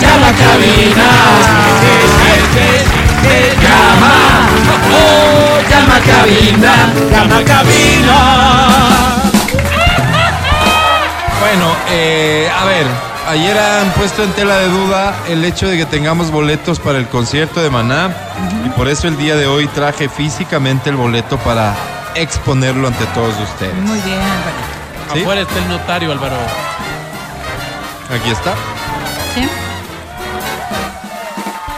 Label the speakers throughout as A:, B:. A: Llama a cabina. Llama. Oh, llama a cabina. Llama a cabina.
B: Bueno, eh, a ver, ayer han puesto en tela de duda el hecho de que tengamos boletos para el concierto de Maná y por eso el día de hoy traje físicamente el boleto para exponerlo ante todos ustedes.
C: Muy bien, Álvaro.
B: ¿Sí?
A: Afuera está el notario, Álvaro.
B: Aquí está,
C: ¿Sí?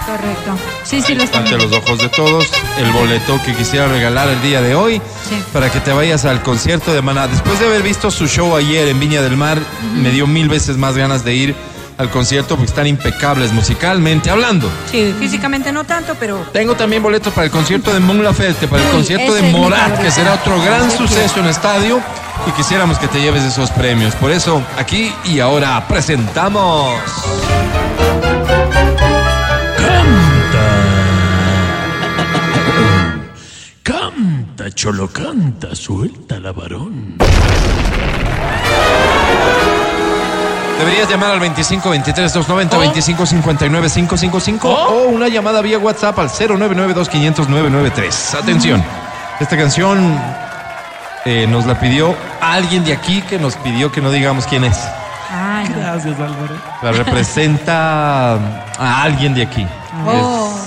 C: Correcto. Sí, sí, lo está
B: ante los ojos de todos, el boleto que quisiera regalar el día de hoy
C: Sí.
B: para que te vayas al concierto de Maná. Después de haber visto su show ayer en Viña del Mar, me dio mil veces más ganas de ir al concierto porque están impecables musicalmente hablando.
C: Sí, físicamente no tanto, pero
B: Tengo también boletos para el concierto de Mon Laferte, para el
C: Uy,
B: concierto de
C: ese es mi
B: Morat,
C: favorito.
B: que será otro gran
C: Sí, sí.
B: suceso en estadio. Y quisiéramos que te lleves esos premios. Por eso, aquí y ahora presentamos.
D: Canta, cholo, canta, suelta la varón.
B: Deberías llamar al 25 23 290
C: ¿Oh?
B: 25 59 555 o una llamada vía WhatsApp al 099 2500 993. Atención, esta canción eh, nos la pidió alguien de aquí que nos pidió que no digamos quién es.
C: ah, no.
A: Gracias, Álvaro.
B: La representa a alguien de aquí.
C: Oh,
B: Es-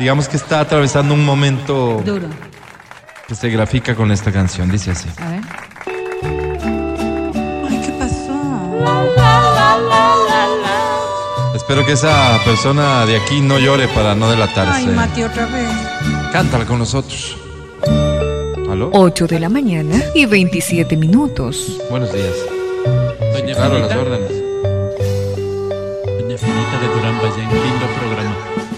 B: digamos que está atravesando un momento
C: duro.
B: que se grafica con esta canción. Dice así.
C: A ver. Ay, ¿qué pasó?
B: Espero que esa persona de aquí no llore para no
C: Ay,
B: delatarse.
C: Mati, otra vez.
B: Cántala con nosotros. ¿Aló?
C: Oh.
E: 8 de la mañana y 27 minutos.
B: Buenos días.
A: Doña
B: Claro, las
A: Finita.
B: órdenes.
A: Doña Finita de Durán Bayán, lindo programa.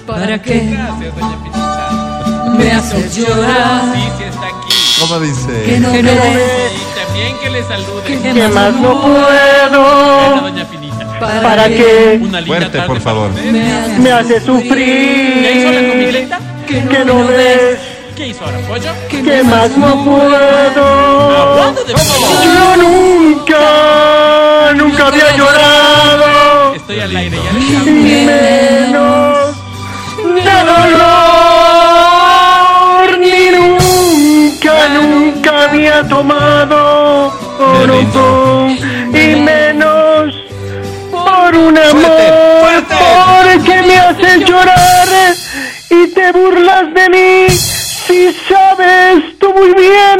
C: ¿Para qué
A: Gracias, Doña Finita.
C: me haces llorar?
A: Sí, sí está aquí.
B: ¿Cómo
C: Que
B: dice?
C: no me des,
A: Y también que le salude.
C: que más no
A: Esa Doña Finita.
C: ¿Para qué
A: Una linda
B: Fuerte,
A: tarde para
B: por favor.
A: usted.
C: me hace sufrir?
A: ¿Ya hizo la comileta?
C: Que no me des,
A: ¿Qué hizo ahora? ¿Pollo?
C: que más no
A: Hablando de pollo.
C: Nunca había llorado.
A: Estoy al aire, ya le estamos.
B: Qué lindo.
F: y menos por un
B: Fuerte,
F: amor
B: fuerte.
F: porque me haces llorar y te burlas de mí si sabes tú muy bien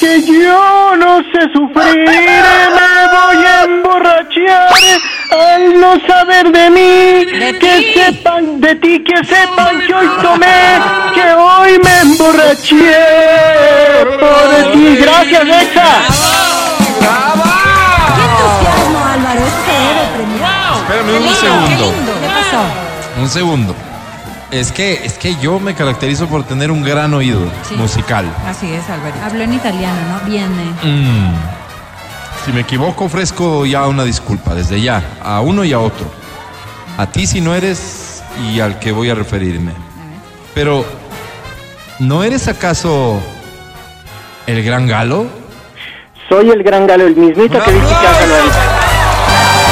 F: que yo no sé sufrir me voy a emborrachar al no saber de mí que sepan de ti que sepan que hoy tomé que hoy me emborraché por ti gracias Exa
C: ¡Qué entusiasmo, Álvaro! Esto se debe premiar.
B: Espérame
C: Qué
B: un
C: lindo, ¡Qué
B: segundo.
C: lindo! ¿Qué pasó?
B: Un segundo. Es que, es que yo me caracterizo por tener un gran oído
C: Sí.
B: musical.
C: Así es, Álvaro. Habló en italiano, ¿no? Viene.
B: Mm. Si me equivoco, ofrezco ya una disculpa desde ya, a uno y a otro. A ti si no eres y al que voy a referirme. Pero, ¿no eres acaso el gran galo?
F: Soy el gran galo, el mismito que dice que hágalo ahí.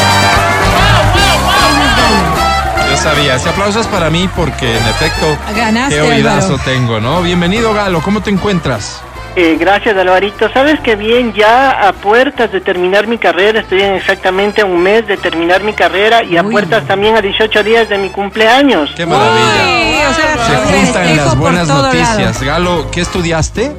B: Yo sabía, ese aplauso es para mí porque en efecto,
C: Ganaste,
B: qué oídazo
C: Álvaro.
B: tengo, ¿no? Bienvenido Galo, ¿cómo te encuentras?
F: Eh, gracias, Alvarito. Sabes que bien, ya a puertas de terminar mi carrera, estoy en exactamente un mes de terminar mi carrera y a
C: Uy.
F: puertas también a 18 días de mi cumpleaños.
B: ¡Qué
C: Uy,
B: maravilla!
C: o sea,
B: Se juntan
C: festejo
B: las
C: por
B: buenas
C: todo
B: noticias.
C: lado.
B: Galo, ¿qué estudiaste?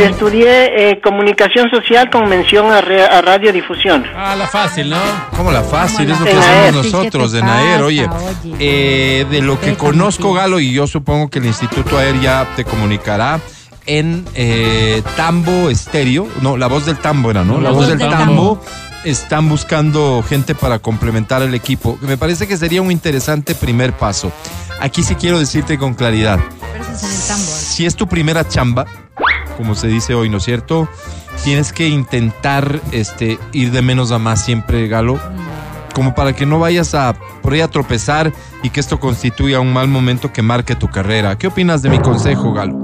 F: Estudié eh, comunicación social con mención a, re- a radiodifusión.
A: Ah, la fácil, ¿no?
B: ¿Cómo la fácil? Es lo que
F: En
B: hacemos
F: Aer.
B: nosotros
C: Sí, ¿qué te
B: en AER.
C: pasa?
B: Oye,
C: Oye.
B: eh, de lo que
C: Déjame
B: conozco,
C: en
B: Galo, y yo supongo que el Instituto AER ya te comunicará en eh, Tambo Estéreo. No, la voz del Tambo era, ¿no? La, voz, del tambo. Están buscando gente para complementar el equipo. Me parece que sería un interesante primer paso. Aquí sí quiero decirte con claridad.
C: Pero eso es en el tambor.
B: Si es tu primera chamba, como se dice hoy, ¿no es cierto? Tienes que intentar este, ir de menos a más siempre, Galo, como para que no vayas a por ahí a tropezar y que esto constituya un mal momento que marque tu carrera. ¿Qué opinas de mi consejo, Galo?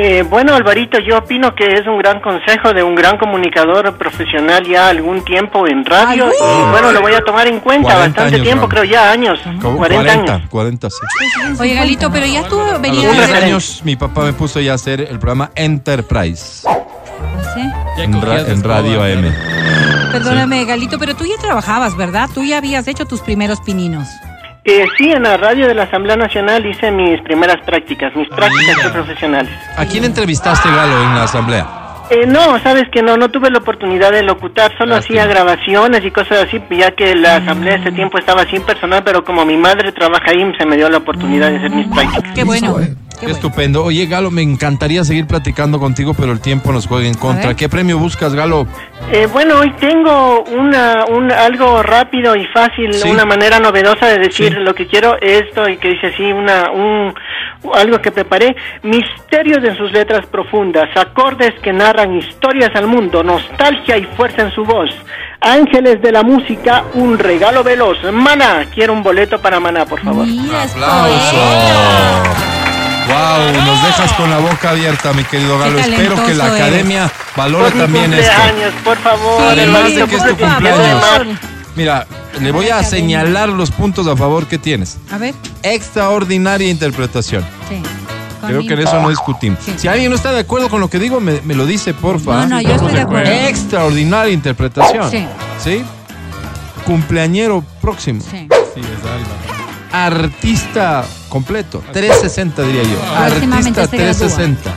F: Eh, bueno, Alvarito, yo opino que es un gran consejo de un gran comunicador profesional ya algún tiempo en radio. Y bueno, lo voy a tomar en cuenta
B: 40
F: bastante
B: años,
F: tiempo,
B: Raúl.
F: creo ya años,
B: Como
F: 40, años.
B: 40, sí.
C: Oye, Galito, pero ya tú
B: A los
C: venías
F: Un
B: 10
F: referente.
B: años mi papá me puso ya a hacer el programa Enterprise
C: Sí.
B: en, ra- en Radio AM.
C: Perdóname, Galito, pero tú ya trabajabas, ¿verdad? Tú ya habías hecho tus primeros pininos.
F: Eh, sí, en la radio de la Asamblea Nacional hice mis primeras prácticas, mis prácticas
A: mira.
F: profesionales.
B: ¿A quién entrevistaste, Galo, en la asamblea?
F: Eh, no, sabes que no, no tuve la oportunidad de locutar, solo hacía grabaciones y cosas así, ya que la asamblea ese tiempo estaba sin personal, pero como mi madre trabaja ahí, se me dio la oportunidad de hacer mis
B: Ah,
F: prácticas.
C: Qué bueno.
B: Qué
C: Qué bueno.
B: estupendo. Oye, Galo, me encantaría seguir platicando contigo, pero el tiempo nos juega en contra.
C: ver.
B: ¿Qué premio buscas, Galo?
F: Eh, bueno, hoy tengo una, un, algo rápido y fácil,
B: Sí.
F: una manera novedosa de decir
B: Sí.
F: lo que quiero, esto y que dice así, una, un, algo que preparé, misterios en sus letras profundas, acordes que narran historias al mundo, nostalgia y fuerza en su voz, ángeles de la música, un regalo veloz, Maná, quiero un boleto para Maná, por favor.
C: Mira, es poeta.
B: ¡Wow! Nos dejas con la boca abierta, mi querido Galo. Espero que la
C: talentoso eres.
B: academia valore
F: Por mi
B: también esto.
F: cumpleaños, por favor,
C: Sí,
B: Además de
F: hermanito,
B: que es
F: cumple
B: tu
C: por favor.
F: 17 de marzo.
B: cumpleaños. Mira, le voy a señalar los puntos a favor que tienes.
C: A ver,
B: Extraordinaria interpretación.
C: sí.
B: Creo que en eso no discutimos.
C: Sí.
B: Si alguien no está de acuerdo con lo que digo, me, me lo dice, porfa.
C: No, no, yo estoy de acuerdo.
B: Extraordinaria interpretación.
C: Sí.
B: ¿Sí? Cumpleañero próximo.
C: Sí.
A: Sí, es Álvaro.
B: Artista completo. 360 diría yo.
C: Próximamente
B: Artista
C: Ah. se gradúa.
B: 360.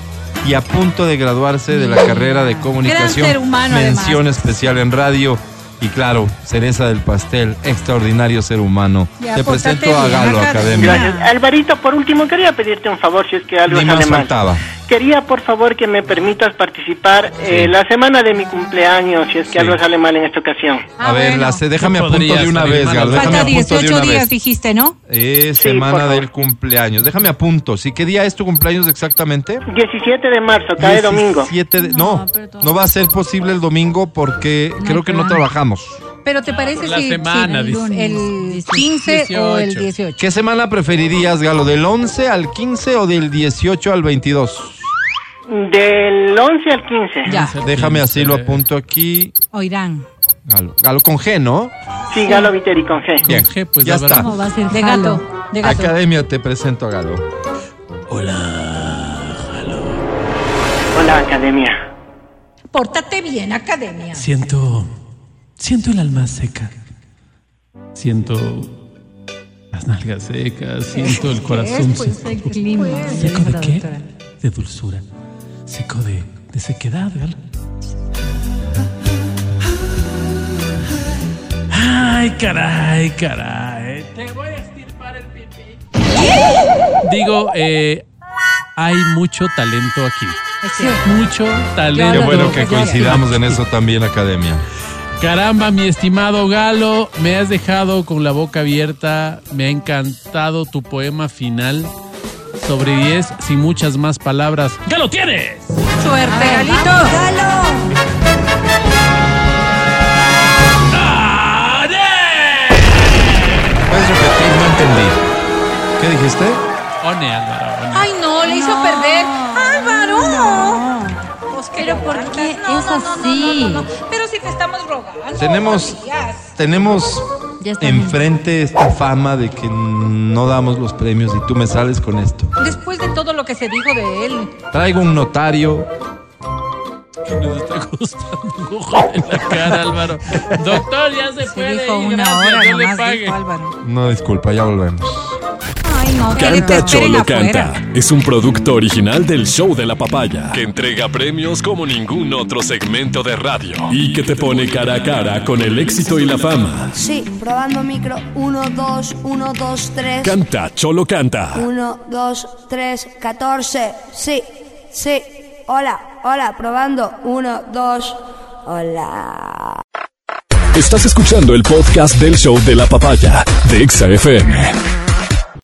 B: Y a punto de graduarse de la carrera de comunicación.
C: ser humano,
B: mención
C: además.
B: especial en radio. Y claro, cereza del pastel, extraordinario ser humano.
C: Ya,
B: Te
C: pórtate
B: presento a
C: bien,
B: Galo
C: Academia.
B: Academia.
F: Gracias. Alvarito, por último, quería pedirte un favor si es que algo
B: Ni
F: sale
B: más
F: mal.
B: faltaba.
F: Quería, por favor, que me permitas participar eh, la semana de mi cumpleaños, si es que
B: Sí.
F: algo sale mal en esta ocasión.
C: Ah,
B: a ver,
C: bueno.
B: la sé, déjame
A: Tú
B: a punto de
A: podrías
B: una
A: salir
B: vez,
A: mal.
B: Galo. Déjame
C: Falta
B: a punto de
C: 18
B: una
C: días,
B: vez.
C: dijiste, ¿no?
B: Es
F: Sí, por
B: semana
F: favor.
B: del cumpleaños. Déjame a punto. ¿Sí? ¿Qué día es tu cumpleaños exactamente?
F: 17 de marzo, cae domingo.
B: 17 de-
C: No,
B: No,
C: pero todo-
B: no va a ser posible el domingo porque
C: No,
B: creo que no
C: claro.
B: trabajamos.
C: Pero
D: Ah,
C: ¿te parece
A: por la
C: si,
A: semana,
C: si
A: dice.
C: el 15 o el 18?
B: ¿Qué semana preferirías, Galo? ¿Del 11 al 15 o del 18 al 22?
F: Del 11 al 15.
C: Ya,
B: Déjame así, lo apunto aquí.
C: oirán.
B: Galo, Galo con G, ¿no?
F: Sí, Galo Viteri con G.
B: Bien,
A: G, pues,
B: ya
A: la verdad.
B: está.
C: ¿Cómo va a ser? De gato, de gato.
B: Academia, te presento a Galo.
F: Hola, Academia.
C: Pórtate bien, academia.
D: Siento. Siento el alma seca. Siento las nalgas secas. Siento el corazón seco.
C: el clima.
D: ¿Seco de qué? De dulzura. Seco de, de sequedad, Galo. Ay, caray, caray. Te voy a estirpar el pipí. Digo, eh, hay mucho talento aquí. Mucho talento.
B: Qué
C: Galo,
B: bueno
C: no,
B: que
C: ya, ya.
B: coincidamos en eso también, Academia.
D: Caramba, mi estimado Galo, me has dejado con la boca abierta. Me ha encantado tu poema final sobre 10 sin muchas más palabras. ¡Galo tienes!
C: Suerte, Galito.
B: Puedes repetir, no entendí. ¿Qué dijiste?
D: One, Álvaro, one.
G: Ay, no, le hizo perder. Álvaro.
C: Pero ¿por qué es
G: No,
C: así?
G: no, no, no. Pero si te estamos rogando.
B: Tenemos, tenemos
C: Ya está bien.
B: enfrente esta fama de que no damos los premios y tú me sales con esto.
C: Después de todo lo que se dijo de él.
B: Traigo un notario.
D: Les está costando un ojo de la cara, Álvaro. Doctor, ya se
C: Se
D: puede.
C: dijo
D: ir,
C: una
D: gracias,
C: hora
D: no le
C: nomás,
D: pague.
C: dijo Álvaro.
B: No, disculpa, ya volvemos.
C: Ay, no, que le
H: Canta
C: esperen
H: Cholo
C: afuera.
H: Canta es un producto original del Show de la Papaya que entrega premios como ningún otro segmento de radio y que te pone cara a cara con el éxito y la fama.
I: Sí, probando micro. 1, 2, 1, 2, 3.
H: Canta Cholo Canta.
I: 1, 2, 3, 14. Sí, sí. Hola, hola, probando. 1, 2, hola.
H: Estás escuchando el podcast del Show de la Papaya de Exa FM.